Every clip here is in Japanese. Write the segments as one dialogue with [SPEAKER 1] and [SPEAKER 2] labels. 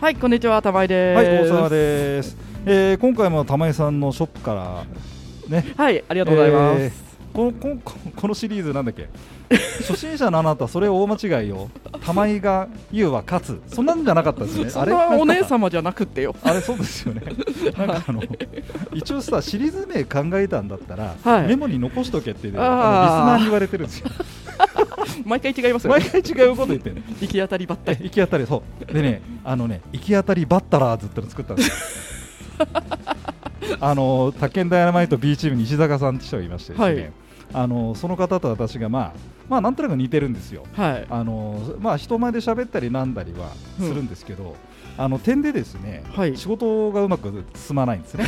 [SPEAKER 1] はい、こんにちは、玉井で
[SPEAKER 2] はい、
[SPEAKER 1] す。
[SPEAKER 2] 大沢です。えー、今回も玉井さんのショップからね。
[SPEAKER 1] はい、ありがとうございます。
[SPEAKER 2] えーこのこのこの このシリーズなんだっけ初心者のあなたそれ大間違いよ玉井が言うは勝つそんなんじゃなかったですね
[SPEAKER 1] そ
[SPEAKER 2] あ
[SPEAKER 1] ん
[SPEAKER 2] れ
[SPEAKER 1] なお姉
[SPEAKER 2] ん
[SPEAKER 1] 様じゃなくてよ。
[SPEAKER 2] あれそうですよね なんかあの一応さシリーズ名考えたんだったら、
[SPEAKER 1] はい
[SPEAKER 2] メモに残しとけって、ね、あ
[SPEAKER 1] あー
[SPEAKER 2] のリスナーに言われてるんですよ
[SPEAKER 1] 毎回違いますよ
[SPEAKER 2] 毎
[SPEAKER 1] ね。
[SPEAKER 2] 回違うこと言ってる
[SPEAKER 1] 行き当たりばった
[SPEAKER 2] え
[SPEAKER 1] り。
[SPEAKER 2] 行き当たりそうでねあのね行き当たりバッタラーズっての作ったんです よあの宅建ダイナマイト B チームに石坂さんって人がいましてですね、
[SPEAKER 1] はい
[SPEAKER 2] あのその方と私がまあまあなんとなく似てるんですよ
[SPEAKER 1] はい。
[SPEAKER 2] あのまあ人前で喋ったりなんだりはするんですけど、あの点でですね、
[SPEAKER 1] はい
[SPEAKER 2] 仕事がうまく進まないんで すね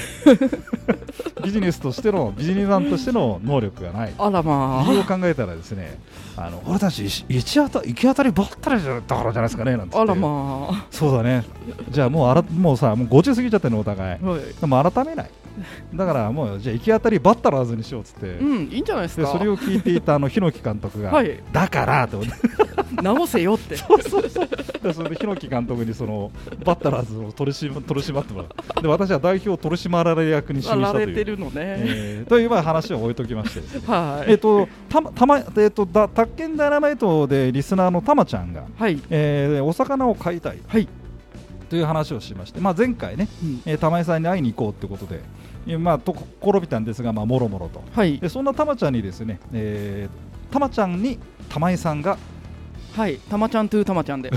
[SPEAKER 2] ビジネスとしてのビジネスマンとしての能力がない
[SPEAKER 1] あらま
[SPEAKER 2] 理由を考えたらですね、あの俺たち一一当た行き当たりばったりじゃだからじゃないですかねなん
[SPEAKER 1] あ。
[SPEAKER 2] て言
[SPEAKER 1] あ
[SPEAKER 2] って
[SPEAKER 1] らま
[SPEAKER 2] そうだね。じゃあもうあらもうさもう50過ぎちゃってるのお互い
[SPEAKER 1] あ。。はい。
[SPEAKER 2] でも改めない。だからもうじゃあ行き当たりばったらずにしようっつって。
[SPEAKER 1] うん、いいんじゃないです
[SPEAKER 2] で
[SPEAKER 1] か。
[SPEAKER 2] それを聞いていたあの日野木監督が、
[SPEAKER 1] はい
[SPEAKER 2] だからって思って
[SPEAKER 1] 直せよって。
[SPEAKER 2] でそれで日野木監督にそのバッタラーズを取り締ま取り締まってもらうで私は代表取締られ役に就任し
[SPEAKER 1] ら
[SPEAKER 2] たと
[SPEAKER 1] れ
[SPEAKER 2] い
[SPEAKER 1] て
[SPEAKER 2] う、
[SPEAKER 1] るのね。
[SPEAKER 2] えーというまあ話を置いときましてですね
[SPEAKER 1] はい。
[SPEAKER 2] えっと、たま、たま、えっと、だ、宅建ダイナマイトでリスナーのたまちゃんが。
[SPEAKER 1] はい。
[SPEAKER 2] えーお魚を飼いたい
[SPEAKER 1] はい。
[SPEAKER 2] という話をしまして、まあ、前回ね、
[SPEAKER 1] うん
[SPEAKER 2] えー玉井さんに会いに行こうということで、えーまあ、と試みたんですが、まあ、もろもろと
[SPEAKER 1] はい。
[SPEAKER 2] でそんなたまちゃんにですね、えー、たまちゃんに玉井さんが
[SPEAKER 1] はい。たまちゃんとゥーたまちゃ んで。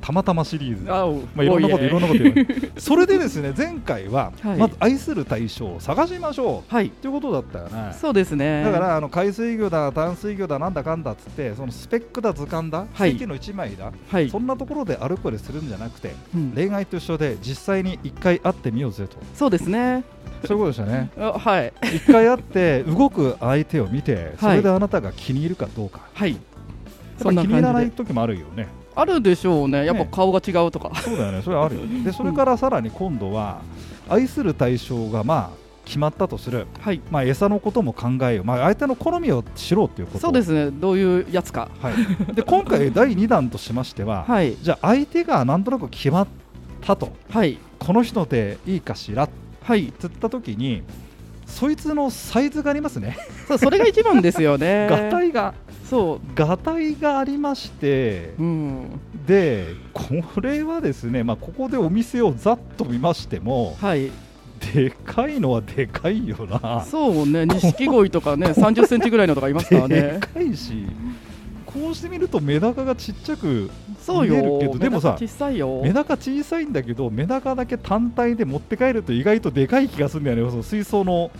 [SPEAKER 2] たまたまシリーズ
[SPEAKER 1] あお
[SPEAKER 2] まあ、いろんなこ
[SPEAKER 1] おい
[SPEAKER 2] と
[SPEAKER 1] え
[SPEAKER 2] いろんなこと言うそれでですね前回は、
[SPEAKER 1] はい
[SPEAKER 2] まず愛する対象を探しましょ
[SPEAKER 1] はい。
[SPEAKER 2] うということだったよね
[SPEAKER 1] そうですね。
[SPEAKER 2] だか。らあの海水魚だ淡水魚だなんだかんだっつってそのスペックだ図鑑だ
[SPEAKER 1] はい
[SPEAKER 2] 席、の一枚だ、
[SPEAKER 1] はい。
[SPEAKER 2] そんなところであれこれするんじゃなくて
[SPEAKER 1] うん
[SPEAKER 2] 恋愛と一緒で実際に一回会ってみようぜと
[SPEAKER 1] そうですね。
[SPEAKER 2] そういうことでしたね
[SPEAKER 1] あはい。
[SPEAKER 2] 一回会って動く相手を見てそれで
[SPEAKER 1] は
[SPEAKER 2] あなたが気に入るかどうか、
[SPEAKER 1] はい。
[SPEAKER 2] やっぱ気に入らな
[SPEAKER 1] で
[SPEAKER 2] い時もあるよね
[SPEAKER 1] あるでしょうね。やっぱ
[SPEAKER 2] ね
[SPEAKER 1] 顔が違うとか。
[SPEAKER 2] そうだよねそれはあるよ ねでそれからさらに今度は愛する対象がまあ決まったとする
[SPEAKER 1] はい。
[SPEAKER 2] まあ餌のことも考えよう、まあ、相手の好みを知ろうというこ と
[SPEAKER 1] そうですね。どういうやつか。
[SPEAKER 2] はい、で今回、第2弾としましては、
[SPEAKER 1] はい。
[SPEAKER 2] じゃあ、相手がなんとなく決まったと、
[SPEAKER 1] はい。
[SPEAKER 2] この人でいいかしらって
[SPEAKER 1] はい。
[SPEAKER 2] 言ったときに、そいつのサイズがありますね、
[SPEAKER 1] そう、それが一番ですよね。
[SPEAKER 2] がたいが、
[SPEAKER 1] そ
[SPEAKER 2] がたいがありまして
[SPEAKER 1] う。う、ん。
[SPEAKER 2] で、これはですね、まあ、ここでお店をざっと見ましても、
[SPEAKER 1] はい。
[SPEAKER 2] でかいのはでかいよな、
[SPEAKER 1] そうね。錦鯉とかね、30センチ ぐらいのとかいますから
[SPEAKER 2] で
[SPEAKER 1] ね。
[SPEAKER 2] かいし、こうしてみると、メダカがちっちゃく
[SPEAKER 1] そうよ
[SPEAKER 2] 見えるけど。でもさ
[SPEAKER 1] メダカ小さいよ。
[SPEAKER 2] メダカ小さいんだけどメダカだけ単体で持って帰ると意外とでかい気がするんだよねその水槽の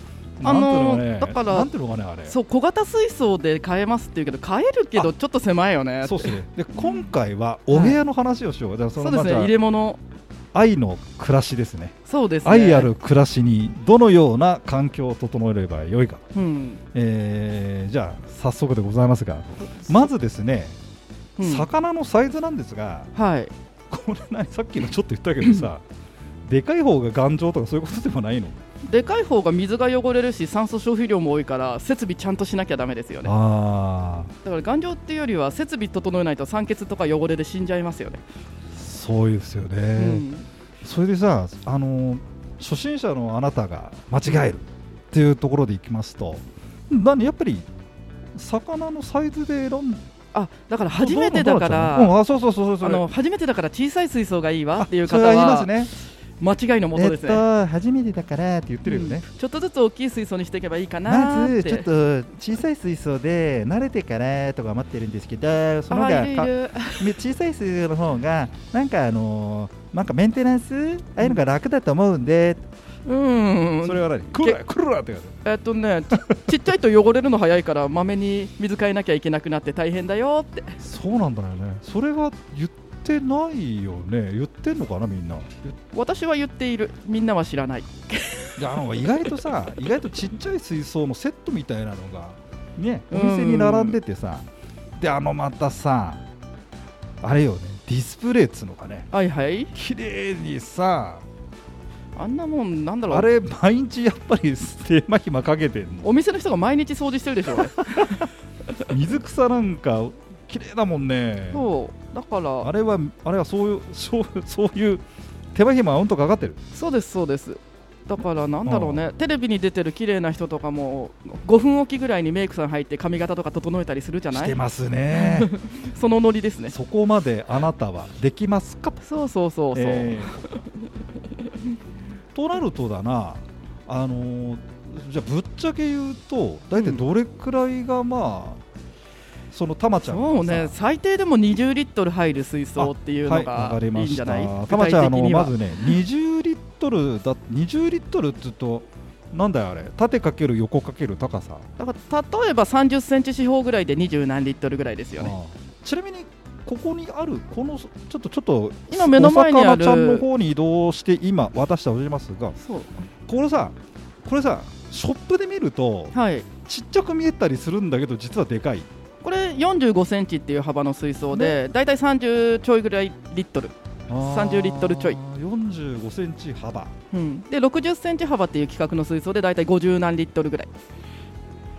[SPEAKER 2] なんていうのかね、
[SPEAKER 1] あのーだから
[SPEAKER 2] なんていうのかねあれ
[SPEAKER 1] そう、小型水槽で買えますっていうけど、買えるけど、ちょっと狭いよね。
[SPEAKER 2] そうっすねで今回はお部屋の話をしよう、だからそ
[SPEAKER 1] そ
[SPEAKER 2] の
[SPEAKER 1] うですね。
[SPEAKER 2] まあ
[SPEAKER 1] 入
[SPEAKER 2] じゃ
[SPEAKER 1] れ物。
[SPEAKER 2] あ愛の暮らしですね
[SPEAKER 1] そうですね。
[SPEAKER 2] 愛ある。暮らしにどのような環境を整えればよいか、
[SPEAKER 1] うん。
[SPEAKER 2] えーじゃあ早速でございますがまずですね、
[SPEAKER 1] うん
[SPEAKER 2] 魚のサイズなんですが
[SPEAKER 1] はい。
[SPEAKER 2] これ何さっきのちょっと言ったけど さでかい方が頑丈とかそういうことでもないの
[SPEAKER 1] でかい方が水が汚れるし、酸素消費量も多いから、設備ちゃんとしなきゃダメですよね。
[SPEAKER 2] ああ
[SPEAKER 1] だから頑丈っていうよりは、設備整えないと酸欠とか汚れで死んじゃいますよね。
[SPEAKER 2] そうですよね、
[SPEAKER 1] うん
[SPEAKER 2] それでさあの初心者のあなたが間違えるっていうところでいきますと何やっぱり魚のサイズで選ん
[SPEAKER 1] あ、だから初めてだか
[SPEAKER 2] ど
[SPEAKER 1] ら。
[SPEAKER 2] うなのどうなのうんあそうそうそうそうそ
[SPEAKER 1] あ
[SPEAKER 2] れ
[SPEAKER 1] の初めてだから小さい水槽がいいわ
[SPEAKER 2] あ
[SPEAKER 1] っていう
[SPEAKER 2] そ
[SPEAKER 1] 方
[SPEAKER 2] れ言います
[SPEAKER 1] は
[SPEAKER 2] ね
[SPEAKER 1] 間違いのもとです
[SPEAKER 2] え
[SPEAKER 1] ね。
[SPEAKER 2] っと初めてだからって言ってるよね、
[SPEAKER 1] うんちょっとずつ大きい水槽にしていけばいいかなー
[SPEAKER 2] ま
[SPEAKER 1] っ
[SPEAKER 2] ず
[SPEAKER 1] て。
[SPEAKER 2] ちょっと小さい水槽で慣れてからとか待ってるんですけどその
[SPEAKER 1] あ
[SPEAKER 2] 方
[SPEAKER 1] ーいるい
[SPEAKER 2] がか
[SPEAKER 1] る
[SPEAKER 2] で小さい水槽の方がなんかあのーなんかメンテナンスああいうのが楽だと思うんで、
[SPEAKER 1] うん。
[SPEAKER 2] それは何クラクラって感じ
[SPEAKER 1] えっとね、ちちっちゃいと汚れるの早いからまめに水替えなきゃいけなくなって大変だよって。
[SPEAKER 2] そうなんだよねそれは言ってないよね言ってんのかなみんな
[SPEAKER 1] 私は言っている。みんなは知らない。
[SPEAKER 2] いやあの意外とさ 意外とちっちゃい水槽のセットみたいなのがねお店に並んでてさであのまたさあれよねディスプレイっつうのかね
[SPEAKER 1] はいはい。
[SPEAKER 2] 綺麗にさ
[SPEAKER 1] あんなもんなんだろう。
[SPEAKER 2] あれ毎日やっぱり手間暇かけてんの
[SPEAKER 1] お店の人が毎日掃除してるでしょうね。
[SPEAKER 2] 水草なんか綺麗だもんね
[SPEAKER 1] そうだから
[SPEAKER 2] あれはあれはそういうそうそういう手間暇はうんとかかってる
[SPEAKER 1] そうですそうですだからなんだろうね、テレビに出てる綺麗な人とかも5分おきぐらいにメイクさん入って髪型とか整えたりするじゃ
[SPEAKER 2] し
[SPEAKER 1] な
[SPEAKER 2] て
[SPEAKER 1] い
[SPEAKER 2] ますね
[SPEAKER 1] そのノリ ですね
[SPEAKER 2] そこまであなたはできますかと
[SPEAKER 1] そうそうそうそう、
[SPEAKER 2] えーとなるとだなあのーじゃあぶっちゃけ言うと大体どれくらいがまあ、そのたまちゃんが
[SPEAKER 1] そう
[SPEAKER 2] さ
[SPEAKER 1] ね最低でも20リットル入る水槽っていうのがいいんじゃない、
[SPEAKER 2] たまちゃん
[SPEAKER 1] 具体
[SPEAKER 2] あの
[SPEAKER 1] 的には
[SPEAKER 2] まずね20リットルだ20リットルって言うとなんだよあれ縦かける横かける高さ、
[SPEAKER 1] だから例えば30センチ四方ぐらいで20何リットルぐらいですよね
[SPEAKER 2] ああちなみにここにあるこのちょっとちょっと
[SPEAKER 1] 今目の前にある
[SPEAKER 2] お魚ちゃんの方に移動して今渡しておりますが
[SPEAKER 1] そう
[SPEAKER 2] これさこれさショップで見ると
[SPEAKER 1] はい
[SPEAKER 2] ちっちゃく見えたりするんだけど実はでかい
[SPEAKER 1] これ45センチっていう幅の水槽で、だいたい30ちょいぐらいリットル、30リットルちょい
[SPEAKER 2] 45センチ幅
[SPEAKER 1] うん、で60センチ幅っていう規格の水槽でだいたい50何リットルぐらい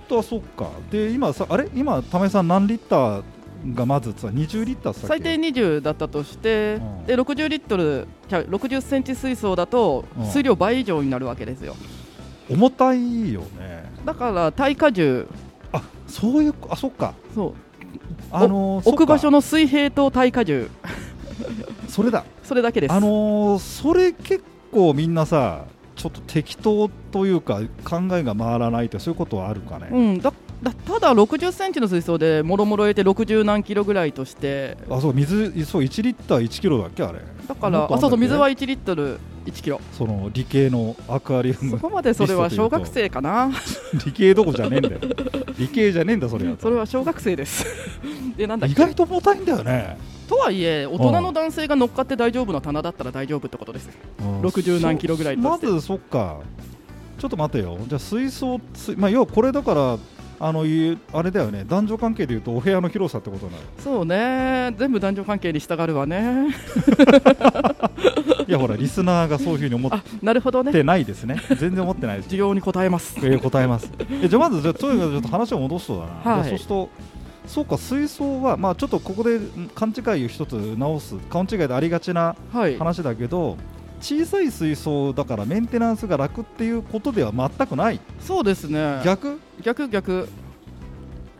[SPEAKER 2] とそっかで今さあれ今ためさん何リッターがまずさ20リッターっつったっ
[SPEAKER 1] 最
[SPEAKER 2] け
[SPEAKER 1] 低20だったとして、
[SPEAKER 2] うん
[SPEAKER 1] で60リットルじゃ60センチ水槽だと
[SPEAKER 2] うん
[SPEAKER 1] 水量倍以上になるわけですよ
[SPEAKER 2] 重たいよね
[SPEAKER 1] だから耐荷重
[SPEAKER 2] あそういうあそっか
[SPEAKER 1] そう
[SPEAKER 2] あのーそっか
[SPEAKER 1] 置く場所の水平と耐荷重
[SPEAKER 2] それだ
[SPEAKER 1] それだけです
[SPEAKER 2] あのーそれ結構みんなさちょっと適当というか考えが回らないってそういうことはあるか
[SPEAKER 1] う
[SPEAKER 2] ね、
[SPEAKER 1] ん、だだただ60センチの水槽でもろもろ入れて60何キロぐらいとして
[SPEAKER 2] あそう水そう1リッター1キロだっけあれ
[SPEAKER 1] だから
[SPEAKER 2] もっと
[SPEAKER 1] あそうそう
[SPEAKER 2] なんだっけ
[SPEAKER 1] 水は1リットル1キロ
[SPEAKER 2] その理系のアクアリウ
[SPEAKER 1] そ
[SPEAKER 2] ム
[SPEAKER 1] こまでそれは
[SPEAKER 2] リスト
[SPEAKER 1] 小
[SPEAKER 2] というと
[SPEAKER 1] 学生かな
[SPEAKER 2] 理系どこじゃねえんだよ理系じゃねえんだそれは
[SPEAKER 1] それは小学生です でなんだっ
[SPEAKER 2] 意
[SPEAKER 1] け
[SPEAKER 2] 外と重たいんだよね
[SPEAKER 1] とはいえ大人の男性が乗っかって大丈夫な棚だったら大丈夫ってことです60何キロぐらいと
[SPEAKER 2] ま
[SPEAKER 1] して
[SPEAKER 2] ずそっかちょっと待てよじゃあ水槽水まあ要はこれだからあのいうあれだよね男女関係でいうとお部屋の広さってことなの
[SPEAKER 1] そうね全部男女関係に従うわね
[SPEAKER 2] いやほらリスナーがそういうふうに思っ
[SPEAKER 1] あなるほどね
[SPEAKER 2] てないで すね全然思ってないです
[SPEAKER 1] 需要に応えます
[SPEAKER 2] えー答えますえじゃあまずじゃあとにかくちょっと話を戻すとだな、
[SPEAKER 1] はい
[SPEAKER 2] じゃあそうするとそうか水槽はまあちょっとここでん勘違いを一つ直す勘違いでありがちな
[SPEAKER 1] はい
[SPEAKER 2] 話だけど小さい水槽だからメンテナンスが楽っていうことでは全くない
[SPEAKER 1] そうですね
[SPEAKER 2] 逆
[SPEAKER 1] 逆逆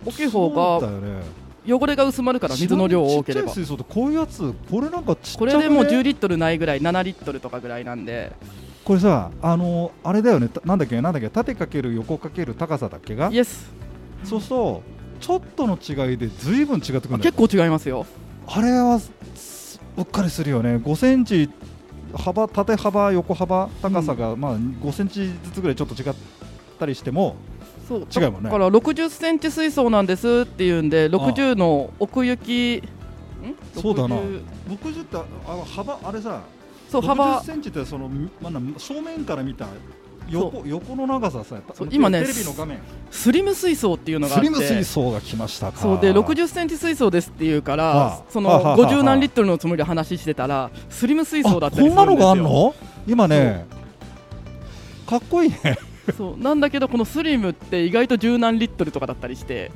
[SPEAKER 1] 大きい方
[SPEAKER 2] そう
[SPEAKER 1] が
[SPEAKER 2] だよね
[SPEAKER 1] 汚れが薄まるから水の量多ければ
[SPEAKER 2] ちっちゃい水槽ってこういうやつこれなんかちっちゃ
[SPEAKER 1] こ
[SPEAKER 2] くね
[SPEAKER 1] れでもう10リットルないぐらい7リットルとかぐらいなんで
[SPEAKER 2] これさあのあれだよねたなんだっけなんだっけ縦かける横かける高さだっけが
[SPEAKER 1] イエス
[SPEAKER 2] そうそうちょっとの違いでずいぶん違ってくるんだ
[SPEAKER 1] 結
[SPEAKER 2] よ
[SPEAKER 1] 構違いますよ
[SPEAKER 2] あれはすうっかりするよね5センチ幅縦幅横幅高さが、まあ5センチずつぐらいちょっと違ったりしても
[SPEAKER 1] そう
[SPEAKER 2] 違うもん
[SPEAKER 1] だ
[SPEAKER 2] ね
[SPEAKER 1] から60センチ水槽なんですっていうんで60の奥行きん
[SPEAKER 2] そうだな
[SPEAKER 1] 60
[SPEAKER 2] 60ってああの幅あれさ
[SPEAKER 1] そう幅
[SPEAKER 2] 60センチってその、まあ、なん正面から見た
[SPEAKER 1] そ
[SPEAKER 2] 横横の長ささやっぱ
[SPEAKER 1] そう
[SPEAKER 2] あの
[SPEAKER 1] 今ね
[SPEAKER 2] テレビの画面
[SPEAKER 1] スリム水槽っていうのがあ
[SPEAKER 2] ス
[SPEAKER 1] って
[SPEAKER 2] リム水槽が来ましたか
[SPEAKER 1] そうで60センチ水槽ですっていうか
[SPEAKER 2] あ
[SPEAKER 1] ら
[SPEAKER 2] あ
[SPEAKER 1] そ
[SPEAKER 2] あああ
[SPEAKER 1] の
[SPEAKER 2] あ
[SPEAKER 1] 50何リットルのつもりで話してたらスリム水槽だ
[SPEAKER 2] あ
[SPEAKER 1] ったり
[SPEAKER 2] こ
[SPEAKER 1] する
[SPEAKER 2] ん
[SPEAKER 1] んです
[SPEAKER 2] な
[SPEAKER 1] よ
[SPEAKER 2] のがあんの今ねかっこいいね
[SPEAKER 1] そうなんだけどこのスリムって意外と十何リットルとかだったりして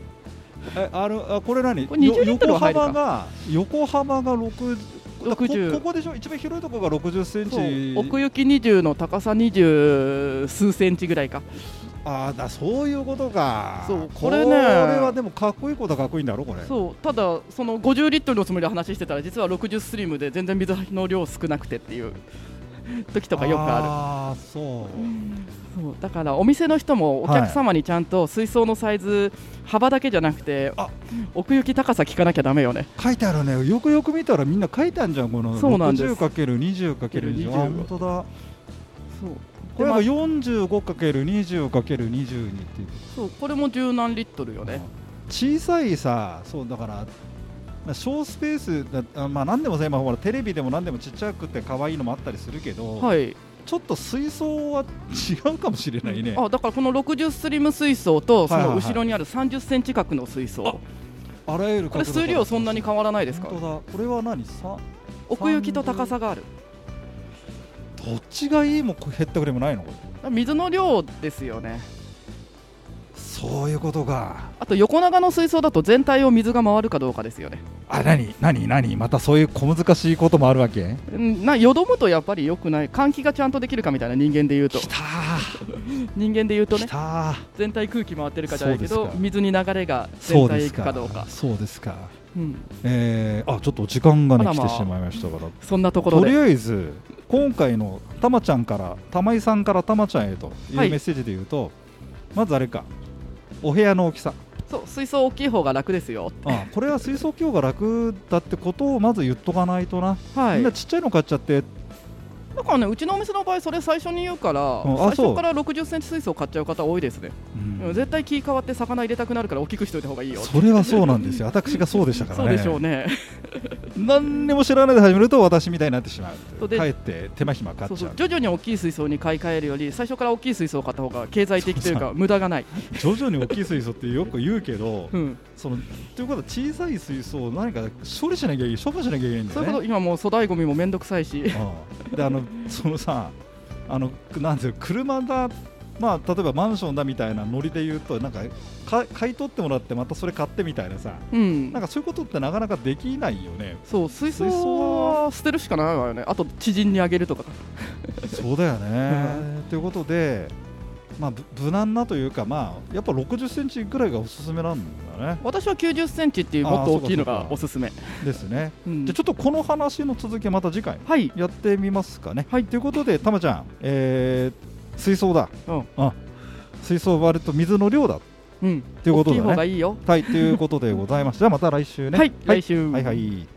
[SPEAKER 2] えあのあこれ何
[SPEAKER 1] これ20
[SPEAKER 2] よ
[SPEAKER 1] リットル
[SPEAKER 2] 横
[SPEAKER 1] は入るか
[SPEAKER 2] 幅が横幅が60だこ
[SPEAKER 1] 60
[SPEAKER 2] ここでしょ一番広いところが60セン
[SPEAKER 1] そう
[SPEAKER 2] チ
[SPEAKER 1] 奥行き20の高さ20数センチぐらいか
[SPEAKER 2] あーだそういうことか
[SPEAKER 1] そう
[SPEAKER 2] こ
[SPEAKER 1] こ
[SPEAKER 2] れ
[SPEAKER 1] れね
[SPEAKER 2] ねこれはでもかっこいいことはかっこいいんだろこれ
[SPEAKER 1] そうただその50リットルのつもりで話してたら実は60スリムで全然水の量少なくてっていう時とかよくある
[SPEAKER 2] ああそう
[SPEAKER 1] そうだからお店の人もお客様にちゃんと水槽のサイズ幅だけじゃなくて、
[SPEAKER 2] あ
[SPEAKER 1] 奥行き高さ聞かなきゃだめよね
[SPEAKER 2] 書いてあるねよくよく見たらみんな書いてあるじゃんこの
[SPEAKER 1] そうなんです
[SPEAKER 2] 60×20×20 あ本当だ
[SPEAKER 1] そう
[SPEAKER 2] これが 45×20×22 っていう
[SPEAKER 1] そうこれも十何リットルよね
[SPEAKER 2] 小さいさそうだからまあ小スペースだあまあ何でもさ今ほらテレビでも何でもちっちゃくて可愛いのもあったりするけど、
[SPEAKER 1] はい
[SPEAKER 2] ちょっと水槽は違うかもしれないねあ
[SPEAKER 1] あだからこの60スリム水槽とそ
[SPEAKER 2] はいは
[SPEAKER 1] の
[SPEAKER 2] いはい
[SPEAKER 1] 後ろにある30センチ角の水槽、
[SPEAKER 2] らゆる
[SPEAKER 1] これ数量そんなに変わらないですか
[SPEAKER 2] 本当だこれは何さ
[SPEAKER 1] 奥行きと高さがある
[SPEAKER 2] どっちがいいも減ったくれもないのこれ
[SPEAKER 1] 水の量ですよね
[SPEAKER 2] そういうことか
[SPEAKER 1] あと横長の水槽だと全体を水が回るかどうかですよね
[SPEAKER 2] あ何何何またそういう小難しいこともあるわけ
[SPEAKER 1] うんなよどむとやっぱり良くない換気がちゃんとできるかみたいな人間で言うと
[SPEAKER 2] きたー
[SPEAKER 1] 人間で言うと
[SPEAKER 2] き
[SPEAKER 1] ね
[SPEAKER 2] たー
[SPEAKER 1] 全体空気回ってるかじゃないけ
[SPEAKER 2] そう
[SPEAKER 1] ど
[SPEAKER 2] ですか
[SPEAKER 1] 水に流れが
[SPEAKER 2] そ
[SPEAKER 1] 全
[SPEAKER 2] うで
[SPEAKER 1] 体
[SPEAKER 2] す
[SPEAKER 1] いくかどうか
[SPEAKER 2] かそうですか
[SPEAKER 1] うん、
[SPEAKER 2] えー、あちょっと時間がね
[SPEAKER 1] あら
[SPEAKER 2] 来
[SPEAKER 1] まあ
[SPEAKER 2] てしまいましたから
[SPEAKER 1] そんなところ
[SPEAKER 2] とり
[SPEAKER 1] で
[SPEAKER 2] あえず今回のたまちゃんから玉井さんからたまちゃんへというメ
[SPEAKER 1] はい
[SPEAKER 2] ッセージで言うと、まずあれかお部屋の大きさ
[SPEAKER 1] そう水槽大きい方が楽ですよ
[SPEAKER 2] あこれは水槽強が楽だってことをまず言っとかないとな、
[SPEAKER 1] はい
[SPEAKER 2] みんなちっちゃいの買っちゃって
[SPEAKER 1] だからねうちのお店の場合それ最初に言うから
[SPEAKER 2] んあ
[SPEAKER 1] 最
[SPEAKER 2] そう
[SPEAKER 1] 初から6 0センチ水槽買っちゃう方多いですね、
[SPEAKER 2] うん
[SPEAKER 1] うん絶対気変わって魚入れたくなるから大きくしておいた方がいいよ
[SPEAKER 2] それはそうな んですよ私がそうでしたから
[SPEAKER 1] そ
[SPEAKER 2] ね
[SPEAKER 1] うでしょうね
[SPEAKER 2] 何にも知らないで始めると私みたいになってしまう
[SPEAKER 1] そう
[SPEAKER 2] 帰
[SPEAKER 1] で
[SPEAKER 2] って手間暇かか
[SPEAKER 1] そ
[SPEAKER 2] っ
[SPEAKER 1] う
[SPEAKER 2] ち
[SPEAKER 1] そ
[SPEAKER 2] ゃ
[SPEAKER 1] う
[SPEAKER 2] う
[SPEAKER 1] 徐々に大きい水槽に買い替えるより最初から大きい水槽を買った方が経済的という
[SPEAKER 2] そう
[SPEAKER 1] か無駄がない、
[SPEAKER 2] 徐々に大きい水槽ってよく言うけど
[SPEAKER 1] うん、
[SPEAKER 2] そのということは小さい水槽を何か処理しなきゃいけない処分しなきゃいけないんだ
[SPEAKER 1] そ
[SPEAKER 2] よ
[SPEAKER 1] うい
[SPEAKER 2] ね
[SPEAKER 1] うこと今もう粗大ごみもめんどくさいし
[SPEAKER 2] うんであのそのさあのなんていうの車だまあ例えばマンションだみたいなノリで言うとなんかか買い取ってもらってまたそれ買ってみたいなさ
[SPEAKER 1] うん
[SPEAKER 2] なんかそういうことってなかなかできないよね
[SPEAKER 1] そう水槽
[SPEAKER 2] 水槽
[SPEAKER 1] は捨てるしかないわよねあと知人にあげるとか
[SPEAKER 2] そうだよ
[SPEAKER 1] ね
[SPEAKER 2] ということでまあぶ無難なというかまあやっぱ6 0ンチぐらいがおすすめなん だね
[SPEAKER 1] 私は9 0センチっていうもっと大きいのがおすすめ、
[SPEAKER 2] ですね
[SPEAKER 1] うん
[SPEAKER 2] じゃあちょっとこの話の続きはまた次回
[SPEAKER 1] はい
[SPEAKER 2] やってみますかね。
[SPEAKER 1] はい
[SPEAKER 2] ということで、たまちゃん、えー水槽だ、
[SPEAKER 1] うん
[SPEAKER 2] あ水槽割ると水の量だ
[SPEAKER 1] うん
[SPEAKER 2] というこ
[SPEAKER 1] 大
[SPEAKER 2] と
[SPEAKER 1] きい方
[SPEAKER 2] だ
[SPEAKER 1] が
[SPEAKER 2] ね。
[SPEAKER 1] いいよ、
[SPEAKER 2] はい、ということでございます。じゃあまた来週ね。
[SPEAKER 1] はい、
[SPEAKER 2] は
[SPEAKER 1] 来
[SPEAKER 2] い、
[SPEAKER 1] 週、
[SPEAKER 2] はいはい